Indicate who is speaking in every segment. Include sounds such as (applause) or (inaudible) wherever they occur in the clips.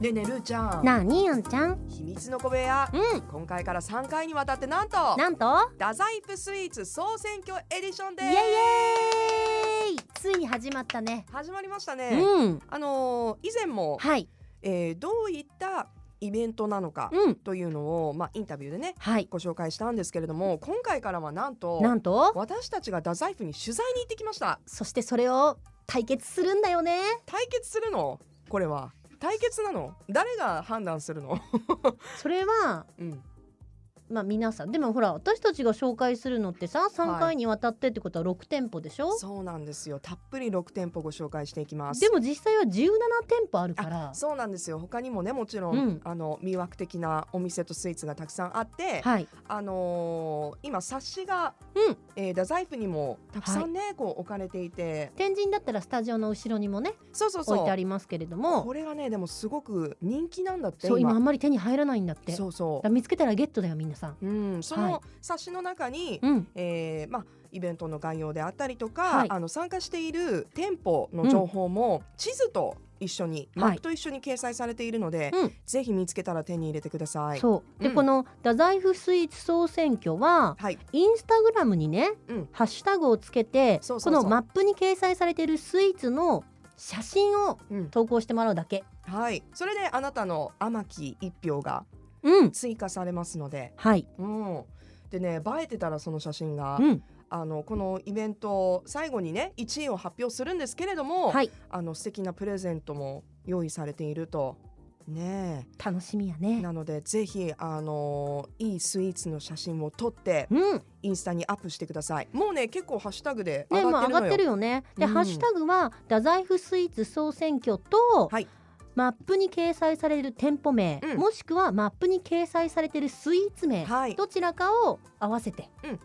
Speaker 1: ねえねえるーちゃん
Speaker 2: なあにやんちゃん
Speaker 1: 秘密の小部屋
Speaker 2: うん
Speaker 1: 今回から三回にわたってなんと
Speaker 2: なんと
Speaker 1: ダザイプスイーツ総選挙エディションで
Speaker 2: イ
Speaker 1: す
Speaker 2: エイイエーイついに始まったね
Speaker 1: 始まりましたね、
Speaker 2: うん
Speaker 1: あのー以前も、
Speaker 2: はい
Speaker 1: えーどういったイベントなのか
Speaker 2: うん
Speaker 1: というのを、まあ、インタビューでね
Speaker 2: はい
Speaker 1: ご紹介したんですけれども今回からはなんと
Speaker 2: なんと
Speaker 1: 私たちが太宰府に取材に行ってきました
Speaker 2: そしてそれを対決するんだよね
Speaker 1: 対決するのこれは対決なの誰が判断するの、
Speaker 2: それは
Speaker 1: うん、
Speaker 2: まあ皆さんでもほら私たちが紹介するのってさ3回にわたってってことは6店舗でしょ、
Speaker 1: そうなんですよたっぷり6店舗ご紹介していきます
Speaker 2: でも実際は17店舗あるから
Speaker 1: そうなんですよ他にもねもちろん、
Speaker 2: うん
Speaker 1: あの魅惑的なお店とスイーツがたくさんあって、
Speaker 2: はい
Speaker 1: あのー今冊子が、
Speaker 2: うん
Speaker 1: えー太宰府にもたくさんね、こう置かれていて
Speaker 2: 天神だったらスタジオの後ろにもね
Speaker 1: そうそう
Speaker 2: 置い
Speaker 1: そ
Speaker 2: てあ
Speaker 1: う
Speaker 2: りますけれども
Speaker 1: これがねでもすごく人気なんだって
Speaker 2: そう今あんまり手に入らないんだって
Speaker 1: そう
Speaker 2: だ
Speaker 1: そ
Speaker 2: から見つけたらゲットだよみんなさん
Speaker 1: う、うん、そ
Speaker 2: はい
Speaker 1: の冊子の中に、
Speaker 2: うん
Speaker 1: えーまあ、イベントの概要であったりとか、
Speaker 2: はい
Speaker 1: あの参加している店舗の情報も地図と一緒に、
Speaker 2: はい
Speaker 1: マップと一緒に掲載されているので、
Speaker 2: うん
Speaker 1: ぜひ見つけたら手に入れてください。
Speaker 2: そうで、
Speaker 1: うん
Speaker 2: この「太宰府スイーツ総選挙は」
Speaker 1: はい、
Speaker 2: インスタグラムにね、
Speaker 1: うん
Speaker 2: ハッシュタグをつけて
Speaker 1: そうそうそう
Speaker 2: このマップに掲載されているスイーツの写真を
Speaker 1: うん
Speaker 2: 投稿してもらうだけ。
Speaker 1: はい、それであなたの甘き一票が
Speaker 2: うん、
Speaker 1: 追加されますので、
Speaker 2: はい、
Speaker 1: うん、でね映えてたらその写真が、
Speaker 2: うん
Speaker 1: あのこのイベント最後にね1位を発表するんですけれども、
Speaker 2: はい、
Speaker 1: あの素敵なプレゼントも用意されていると。ね
Speaker 2: 楽しみや
Speaker 1: え
Speaker 2: ね。
Speaker 1: なのでぜひあのいいスイーツの写真を撮って
Speaker 2: うん、
Speaker 1: インスタにアップしてくださいもうね結構ハッシュタグで
Speaker 2: ね、
Speaker 1: 上がっ
Speaker 2: まあ
Speaker 1: て
Speaker 2: 上
Speaker 1: るの
Speaker 2: がっ
Speaker 1: よ、
Speaker 2: てるよね。で、
Speaker 1: うん
Speaker 2: ハッシュタグは太宰府スイーツ総選挙と、
Speaker 1: はい
Speaker 2: マップに掲載される店舗名、
Speaker 1: うん
Speaker 2: もしくはマップに掲載されているスイーツ名、
Speaker 1: はい
Speaker 2: どちらかを合わせて
Speaker 1: うん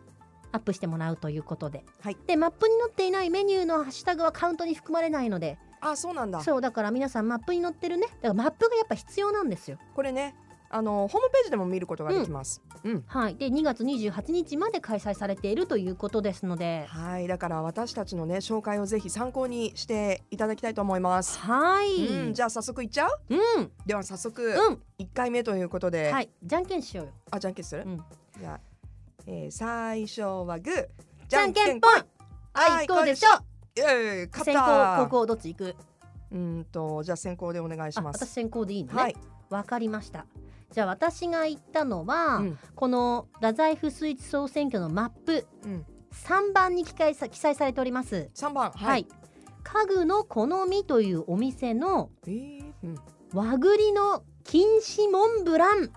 Speaker 2: アップしてもらうということで、
Speaker 1: はい
Speaker 2: でマップに載っていないメニューのハッシュタグはカウントに含まれないので
Speaker 1: あそうなんだ
Speaker 2: そうだから皆さんマップに載ってるねだからマップがやっぱ必要なんですよ。
Speaker 1: これねあのホームページでも見ることができます、うん、
Speaker 2: はい、で2月28日まで開催されているということですので。
Speaker 1: はい、だから私たちのね紹介をぜひ参考にしていただきたいと思います。
Speaker 2: はい、
Speaker 1: うん、じゃあ早速いっちゃう？
Speaker 2: うん、
Speaker 1: では早速
Speaker 2: うん
Speaker 1: 一回目ということで、
Speaker 2: はい、じゃんけんしようよ。
Speaker 1: あじゃんけんする？
Speaker 2: うん
Speaker 1: じゃあ、えー、最初はグー、
Speaker 2: じゃんけんぽん。あいこうでしょ。
Speaker 1: イエーイ勝っ
Speaker 2: 先行
Speaker 1: た
Speaker 2: 後。攻どっち行く？
Speaker 1: うーんとじゃあ先行でお願いし
Speaker 2: あ、
Speaker 1: ます。
Speaker 2: 私先行でいいのね。
Speaker 1: はい、
Speaker 2: わかりました。じゃあ私が言ったのは、
Speaker 1: うん
Speaker 2: この太宰府スイーツ総選挙のマップ
Speaker 1: うん、
Speaker 2: 3番に記載さ記載されております。
Speaker 1: 三番、
Speaker 2: はい、。家具の好みというお店の
Speaker 1: えー、うん、
Speaker 2: 和栗の禁止モンブラン。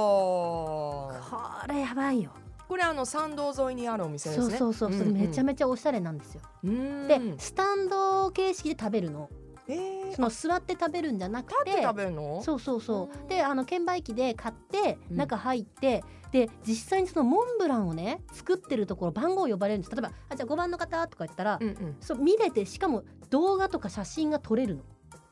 Speaker 1: お
Speaker 2: こ
Speaker 1: お。
Speaker 2: れやばいよ。
Speaker 1: これあの参道沿いにあるお店です
Speaker 2: そう
Speaker 1: ね。
Speaker 2: そうそう、それめちゃ
Speaker 1: め
Speaker 2: めちゃおしゃれなんですよ。
Speaker 1: ちゃ。うん、
Speaker 2: で、スタンド形式で食べるの。
Speaker 1: えー、
Speaker 2: その座って食べるんじゃなくて、
Speaker 1: 立って食べるの？
Speaker 2: そうそうそううんであの券売機で買って
Speaker 1: うん
Speaker 2: 中入って、で実際にそのモンブランをね作ってるところ番号呼ばれるんです例えば「あじゃあ5番の方」とか言ったら、
Speaker 1: うんうん。
Speaker 2: そう見れてしかも動画とか写真が撮れるの、
Speaker 1: ね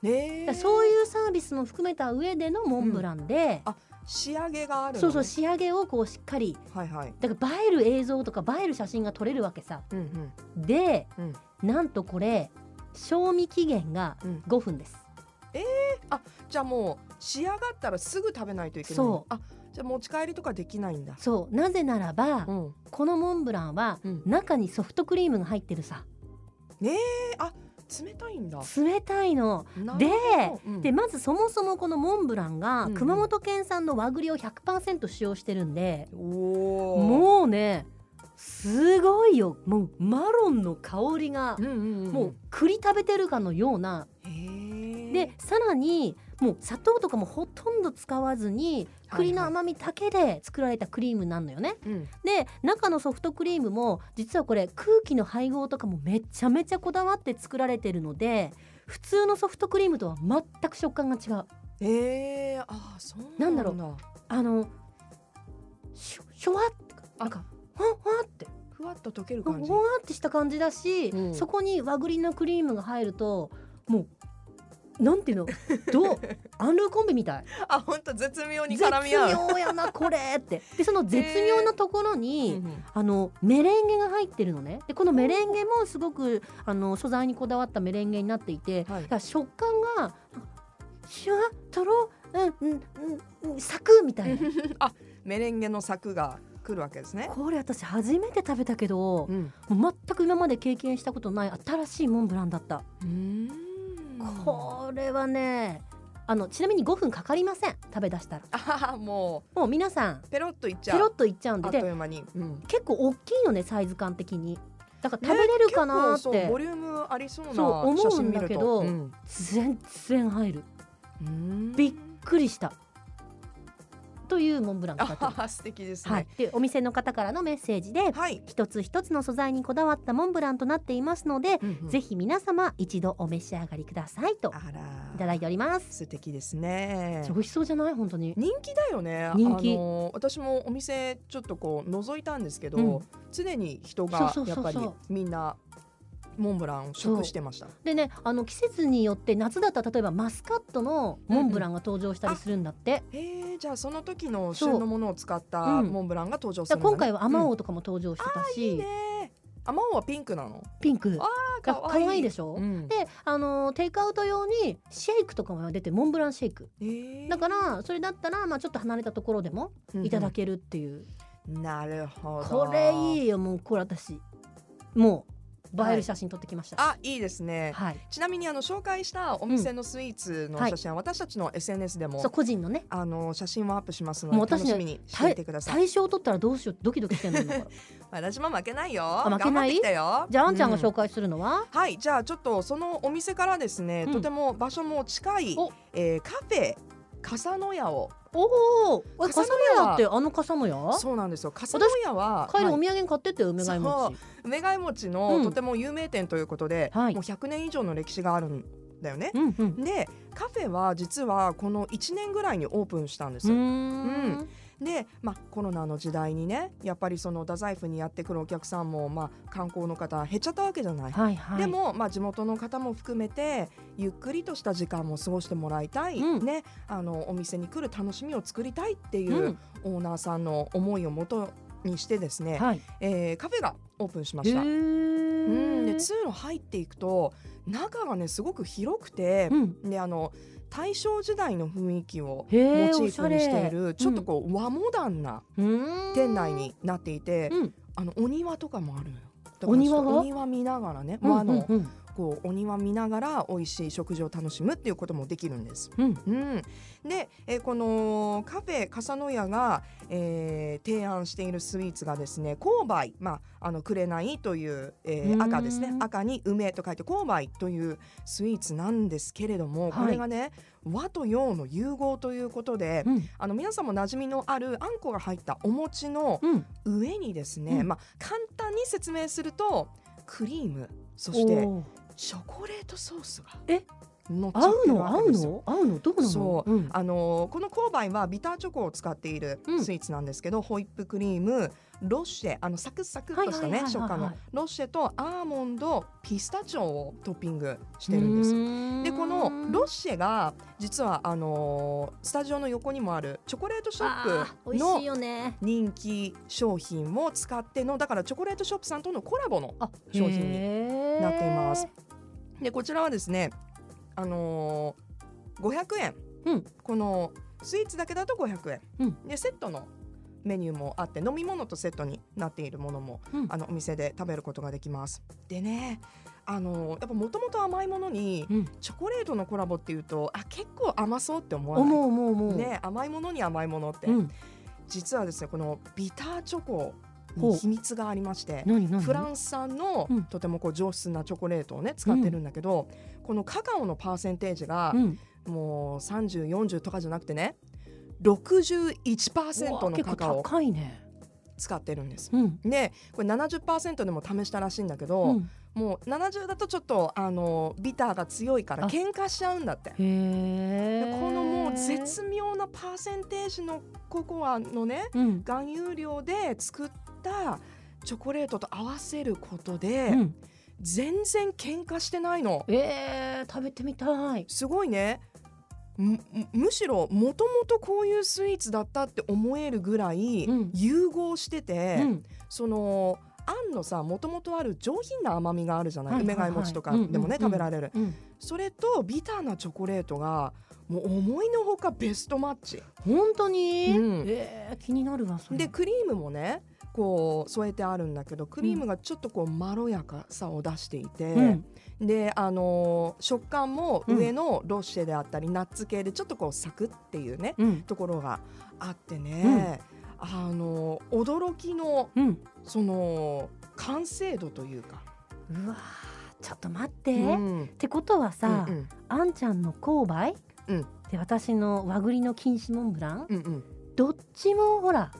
Speaker 2: だ
Speaker 1: え
Speaker 2: からそういうサービスも含めた上でのモンブランで、
Speaker 1: あ仕上げがあるの
Speaker 2: そうそう仕上げをこうしっかり
Speaker 1: はいはい
Speaker 2: だから映える映像とか映える写真が撮れるわけさ
Speaker 1: うんうん
Speaker 2: で、
Speaker 1: うん
Speaker 2: なんとこれ賞味期限が
Speaker 1: うん
Speaker 2: 5分です、
Speaker 1: じゃあもう仕上がったらすぐ食べないといけない
Speaker 2: そう
Speaker 1: あじゃあ持ち帰りとかできないんだ
Speaker 2: そうなぜならば、
Speaker 1: うん
Speaker 2: このモンブランは
Speaker 1: うん
Speaker 2: 中にソフトクリームが入ってるさ
Speaker 1: 冷たいんだ
Speaker 2: 冷たいの
Speaker 1: なる
Speaker 2: で
Speaker 1: ほどうん
Speaker 2: でまずそもそもこのモンブラン
Speaker 1: う
Speaker 2: が
Speaker 1: んうん
Speaker 2: 熊本県産の和栗を100%使用してるんで、
Speaker 1: おお
Speaker 2: もうねすごいよもうマロンの香りが
Speaker 1: う、んうんうん
Speaker 2: もう栗食べてるかのような、
Speaker 1: へえ
Speaker 2: でさらにもう砂糖とかもほとんど使わずに栗の甘みだけで作られたクリームなんのよね。
Speaker 1: うん
Speaker 2: で中のソフトクリームも実はこれ空気の配合とかもめちゃめちゃこだわって作られてるので普通のソフトクリームとは全く食感が違う
Speaker 1: へえあそう
Speaker 2: な
Speaker 1: なんん
Speaker 2: だ
Speaker 1: だ
Speaker 2: ろうあのしょしょわってなんかふわふわって
Speaker 1: ふわっと溶ける
Speaker 2: ふわ
Speaker 1: 感じ
Speaker 2: ってした感じだし、
Speaker 1: うん
Speaker 2: そこに和栗のクリームが入るともうなんていうのど
Speaker 1: (laughs)
Speaker 2: うアンルーコンビみたい
Speaker 1: あ本当絶妙に
Speaker 2: 絶
Speaker 1: 絡み合う
Speaker 2: 妙やなこれってでその絶妙なところに、
Speaker 1: うんうん
Speaker 2: あのメレンゲが入ってるのねでこのメレンゲもすごくあの素材にこだわったメレンゲになっていて、
Speaker 1: はい
Speaker 2: だから食感がなんかシュワとろうんうんうんうんサクッみたいな
Speaker 1: あメレンゲの柵が来るわけですね。
Speaker 2: これ私初めて食べたけど
Speaker 1: うん、
Speaker 2: もう全く今まで経験したことない新しいモンブランだった、
Speaker 1: うん
Speaker 2: これはねあのちなみに5分かかりません食べ出したら
Speaker 1: ああも
Speaker 2: もう皆さん
Speaker 1: うペロッといっち
Speaker 2: ペ
Speaker 1: ゃ
Speaker 2: ロ
Speaker 1: う
Speaker 2: ッといっちゃうん
Speaker 1: あ
Speaker 2: で
Speaker 1: っと
Speaker 2: で
Speaker 1: いう間に、うん、
Speaker 2: 結構大きいのねサイズ感的にだから食べれるかな
Speaker 1: ね
Speaker 2: っ
Speaker 1: 結構
Speaker 2: て、
Speaker 1: そうボリュームありそうな
Speaker 2: そう思うん
Speaker 1: 写真見
Speaker 2: だ
Speaker 1: る
Speaker 2: け
Speaker 1: と
Speaker 2: ど
Speaker 1: うん
Speaker 2: 全然入る
Speaker 1: うん
Speaker 2: びっくりしたというモンブラン
Speaker 1: あ
Speaker 2: が買って
Speaker 1: は
Speaker 2: る
Speaker 1: は素敵です
Speaker 2: はい
Speaker 1: ね。、
Speaker 2: でお店の方からのメッセージで
Speaker 1: はい、
Speaker 2: 一つ一つの素材にこだわったモンブランとなっていますので、
Speaker 1: うんうん
Speaker 2: ぜひ皆様一度お召し上がりくださいと
Speaker 1: あ
Speaker 2: いた
Speaker 1: ら
Speaker 2: だいております
Speaker 1: 素敵ですね。
Speaker 2: 美味しそうじゃない本当に
Speaker 1: 人気だよね
Speaker 2: 人気
Speaker 1: あの私もお店ちょっとこう覗いたんですけど、
Speaker 2: うん
Speaker 1: 常に人が
Speaker 2: そうそう
Speaker 1: や
Speaker 2: そ
Speaker 1: っ
Speaker 2: うそ
Speaker 1: ぱ
Speaker 2: う
Speaker 1: りみんなモンブランを食してました
Speaker 2: でねあの季節によって夏だったら例えばマスカットのモンブランが登場したりするんだって、
Speaker 1: えー、じゃあその時の
Speaker 2: そう
Speaker 1: 旬のものを使った
Speaker 2: うん
Speaker 1: モンブランが登場す
Speaker 2: だ
Speaker 1: る
Speaker 2: か
Speaker 1: ん
Speaker 2: ら
Speaker 1: だね、
Speaker 2: 今回はアマ
Speaker 1: うん
Speaker 2: オとかも登場してたし、
Speaker 1: いいねアマオはピンクなの
Speaker 2: ピンク
Speaker 1: あ
Speaker 2: が可愛いで
Speaker 1: し
Speaker 2: しょ、
Speaker 1: うん、
Speaker 2: であのテイクアウト用にシェイクとかも出てモンブランシェイク
Speaker 1: えー
Speaker 2: だからそれだったら、まあ、ちょっと離れたところでもいただ、けるっていう、
Speaker 1: うんうんなるほど
Speaker 2: これい
Speaker 1: い
Speaker 2: いよもうこれ私もう映える写真撮ってきました、
Speaker 1: あいいですね
Speaker 2: はい、
Speaker 1: ちなみにあの紹介したお店のスイーツの
Speaker 2: うんはい
Speaker 1: 写真は、私たちの SNS でも
Speaker 2: そう個人のね
Speaker 1: あの写真もアップしますの
Speaker 2: もう
Speaker 1: で楽
Speaker 2: 私ね
Speaker 1: しみにしていてください
Speaker 2: 対象取ったらどうしようドキドキしてんの今
Speaker 1: (laughs)
Speaker 2: から
Speaker 1: 私も負けないよ。
Speaker 2: 負けない
Speaker 1: 頑張ってきたよ。
Speaker 2: じゃああんちゃんが
Speaker 1: う
Speaker 2: 紹介するのは、
Speaker 1: はい、じゃあちょっとそのお店からですね、
Speaker 2: うん
Speaker 1: とても場所も近い
Speaker 2: お、
Speaker 1: えー、カフェ笠野屋を
Speaker 2: おお笠
Speaker 1: 笠
Speaker 2: 野
Speaker 1: 野
Speaker 2: 屋
Speaker 1: 屋
Speaker 2: ってあの笠野屋
Speaker 1: そうなんですよ笠野屋は
Speaker 2: 帰り
Speaker 1: は
Speaker 2: お
Speaker 1: い
Speaker 2: 土産に買ってってよ梅貝餅
Speaker 1: 梅貝餅
Speaker 2: うん
Speaker 1: のとても有名店ということで、
Speaker 2: はい
Speaker 1: もう100年以上の歴史があるんだよね。
Speaker 2: うんうん
Speaker 1: でカフェは実はこの1年ぐらいにオープンしたんで
Speaker 2: う
Speaker 1: すよ。
Speaker 2: ーん
Speaker 1: で、まあ、コロナの時代にねやっぱりその太宰府にやってくるお客さんも、まあ、観光の方減っちゃったわけじゃない。
Speaker 2: はいはい
Speaker 1: でも、まあ、地元の方も含めてゆっくりとした時間も過ごしてもらいたい、
Speaker 2: うん
Speaker 1: ね、あのお店に来る楽しみを作りたいっていううんオーナーさんの思いをもとにしてですね、
Speaker 2: はい
Speaker 1: えーカフェがオープンしま
Speaker 2: へ
Speaker 1: した。う
Speaker 2: ー
Speaker 1: んで通路入っていくと中がねすごく広くて、
Speaker 2: うん
Speaker 1: であの大正時代の雰囲気を
Speaker 2: へ
Speaker 1: モ
Speaker 2: え
Speaker 1: チ
Speaker 2: お
Speaker 1: ー
Speaker 2: しゃ
Speaker 1: フ
Speaker 2: れ
Speaker 1: にしているちょっとこう、和モダンな
Speaker 2: うーん
Speaker 1: 店内になっていて、
Speaker 2: うん
Speaker 1: あのお庭とかもあるのよ。だから
Speaker 2: お庭
Speaker 1: ちょ
Speaker 2: が
Speaker 1: っとお庭見ながらね
Speaker 2: うん
Speaker 1: 和の
Speaker 2: うんうん
Speaker 1: こうお庭見ながら美味しい食事を楽しむっていうこともできるんです。
Speaker 2: うん
Speaker 1: うん、で、えーこのカフェ笠野屋が、えー提案しているスイーツがですね紅梅、まあ、あの紅という、えー
Speaker 2: うーん
Speaker 1: 赤ですね赤に梅と書いて紅梅というスイーツなんですけれども、
Speaker 2: はい
Speaker 1: これがね和と洋の融合ということで、
Speaker 2: うん
Speaker 1: あの皆さんも馴染みのあるあんこが入ったお餅の
Speaker 2: うん
Speaker 1: 上にですね、
Speaker 2: うん
Speaker 1: まあ、簡単に説明するとクリームそし
Speaker 2: お
Speaker 1: て
Speaker 2: ー
Speaker 1: チョコレートソースが
Speaker 2: え
Speaker 1: 乗っちゃ
Speaker 2: 合
Speaker 1: っ
Speaker 2: う
Speaker 1: てるわ
Speaker 2: の合
Speaker 1: け
Speaker 2: う
Speaker 1: ですよ。
Speaker 2: の合うのどうなの
Speaker 1: そう
Speaker 2: うん
Speaker 1: あのーこの紅梅はビターチョコを使っている
Speaker 2: うん
Speaker 1: スイーツなんですけど、ホイップクリームロッシェあのサクサクっとした
Speaker 2: はいはいはいは
Speaker 1: ね
Speaker 2: いはい
Speaker 1: 食感のロッシェとアーモンドピスタチオをトッピングしてるんです。でこのロッシェが実はあのースタジオの横にもあるチョコレートショッ
Speaker 2: あー
Speaker 1: プ
Speaker 2: 美味しい
Speaker 1: の
Speaker 2: よね
Speaker 1: 人気商品を使ってのだからチョコレートショップさんとのコラボの
Speaker 2: あ
Speaker 1: 商品に
Speaker 2: に
Speaker 1: なっていますでこちらはですね、あのー、500円、
Speaker 2: うん
Speaker 1: このスイーツだけだと500円、
Speaker 2: うん
Speaker 1: でセットのメニューもあって飲み物とセットになっているものも、
Speaker 2: うん
Speaker 1: あのお店で食べることができます。でねあのーやっぱもともと甘いものに、
Speaker 2: うん
Speaker 1: チョコレートのコラボっていうとあ結構甘そうって思わない
Speaker 2: 思う思う思う
Speaker 1: ね、甘いものに甘いものって、
Speaker 2: うん
Speaker 1: 実はですねこのビターチョコ
Speaker 2: ほう
Speaker 1: に秘密がありまして、
Speaker 2: 何何
Speaker 1: フランス産の
Speaker 2: うん
Speaker 1: とてもこう上質なチョコレートをね使ってるんだけど、このカカオのパーセンテージが
Speaker 2: うん
Speaker 1: もう3040とかじゃなくてね61%のカカ
Speaker 2: うわ結構
Speaker 1: オを
Speaker 2: 高いね
Speaker 1: 使ってるんです。
Speaker 2: うん
Speaker 1: でこれ70%でも試したらしいんだけど、
Speaker 2: うん
Speaker 1: もう70だとちょっとあのビターが強いから
Speaker 2: あ
Speaker 1: 喧嘩しちゃうんだって。
Speaker 2: へ
Speaker 1: で
Speaker 2: え
Speaker 1: このもう絶妙なパーセンテージのココアのね
Speaker 2: うん
Speaker 1: 含有量で作ったチョコレートと合わせることで、
Speaker 2: うん
Speaker 1: 全然喧嘩してないの
Speaker 2: えー食べてみたい
Speaker 1: すごいねむむしろもともとこういうスイーツだったって思えるぐらい
Speaker 2: うん
Speaker 1: 融合して
Speaker 2: う
Speaker 1: て、
Speaker 2: ん
Speaker 1: そのあんのさもともとある上品な甘みがあるじゃない,、
Speaker 2: はいはいはい
Speaker 1: 梅貝餅とかでもね、
Speaker 2: うんうんうん
Speaker 1: 食べられる
Speaker 2: うん
Speaker 1: それとビターなチョコレートがもう思いのほかベストマッチ
Speaker 2: 本当に、
Speaker 1: うん
Speaker 2: えー気になるわそれ
Speaker 1: でクリームもねこう添えてあるんだけどクリームがちょっとこうまろやかさを出していて、
Speaker 2: うん、
Speaker 1: であのー食感も上のロッシェであったり、ナッツ系でちょっとこうサクっていうね
Speaker 2: うん
Speaker 1: ところがあってね、あのー驚きの
Speaker 2: うん、
Speaker 1: その完成度というか。
Speaker 2: うわーちょっと待って、
Speaker 1: う
Speaker 2: っ
Speaker 1: ん
Speaker 2: てことはさ、
Speaker 1: うんうん
Speaker 2: あんちゃんの購買、
Speaker 1: うん
Speaker 2: で私の和栗の禁止モンブラン、
Speaker 1: うんうん
Speaker 2: どっちもほら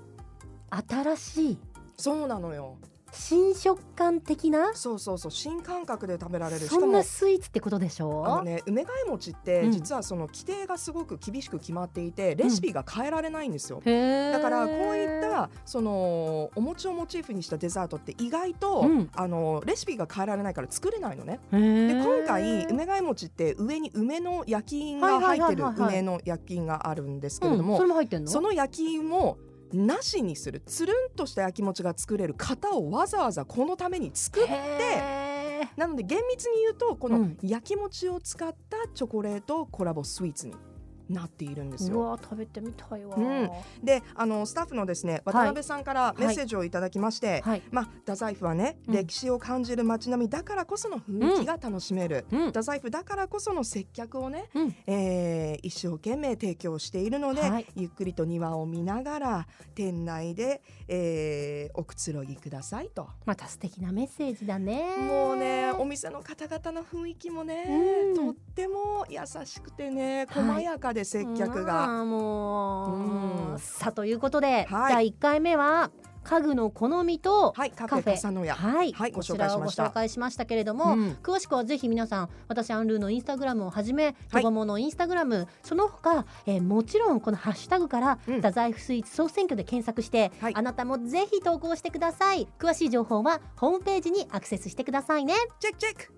Speaker 2: 新しい
Speaker 1: そうなのよ
Speaker 2: 新食感的な
Speaker 1: そうそうそう新感覚で食べられるし
Speaker 2: そ
Speaker 1: か
Speaker 2: んな
Speaker 1: も
Speaker 2: スイーツってことでし
Speaker 1: あの
Speaker 2: ょ、
Speaker 1: ね梅替え餅っ
Speaker 2: う
Speaker 1: て
Speaker 2: ん
Speaker 1: 実はその規定がすごく厳しく決まっていてレシピが変えられないんですよ、
Speaker 2: へー
Speaker 1: だからこういったそのお餅をモチーフにしたデザートって意外と、
Speaker 2: うん
Speaker 1: あのレシピが変えられないから作れないのね。
Speaker 2: へー
Speaker 1: で今回梅がい餅って上に梅の焼き印が入ってる
Speaker 2: はいはいはいはいは
Speaker 1: 梅
Speaker 2: い
Speaker 1: の焼き印があるんですけれども、
Speaker 2: うんそれも入ってんの
Speaker 1: その焼き印をなしにするつるんとした焼き餅が作れる型をわざわざこのために作る
Speaker 2: へー
Speaker 1: なので厳密に言うとこ
Speaker 2: う
Speaker 1: の
Speaker 2: ん
Speaker 1: 焼き餅を使ったチョコレートコラボスイーツになっているんです
Speaker 2: う
Speaker 1: よ。
Speaker 2: わー食べてみたいわ、
Speaker 1: うんであのスタッフのですね渡辺さんからメッセージをいただきまして、
Speaker 2: はい、
Speaker 1: まあ、太宰府はね、
Speaker 2: うん
Speaker 1: 歴史を感じる街並みだからこその雰囲気が楽しめる、
Speaker 2: うん
Speaker 1: 太宰府だからこその接客をね、
Speaker 2: うん
Speaker 1: えー一生懸命提供しているので、
Speaker 2: はい
Speaker 1: ゆっくりと庭を見ながら店内で、えーおくつろぎくださいと。
Speaker 2: また素敵なメッセージだね
Speaker 1: もうねお店の方々の雰囲気もね、
Speaker 2: うん
Speaker 1: とっても優しくてね
Speaker 2: はい
Speaker 1: 細やかで接客が、
Speaker 2: あーもう、
Speaker 1: うん
Speaker 2: さあということで、
Speaker 1: はい
Speaker 2: 第1回目は家具の好みと
Speaker 1: はいカ
Speaker 2: フ
Speaker 1: フ
Speaker 2: ェ
Speaker 1: ェ笠野屋、
Speaker 2: はい、
Speaker 1: はい
Speaker 2: こちらを
Speaker 1: ご紹介しま
Speaker 2: ご
Speaker 1: した
Speaker 2: 紹介しましたけれども、
Speaker 1: うん
Speaker 2: 詳しくはぜひ皆さん私アンルーのインスタグラムをはじめトバモのインスタグラム、その他、えーもちろんこのハッシュタグから「
Speaker 1: うん
Speaker 2: 太宰府スイーツ総選挙」で検索して、
Speaker 1: はい
Speaker 2: あなたもぜひ投稿してください詳しい情報はホームページにアクセスしてくださいね
Speaker 1: チェックチェック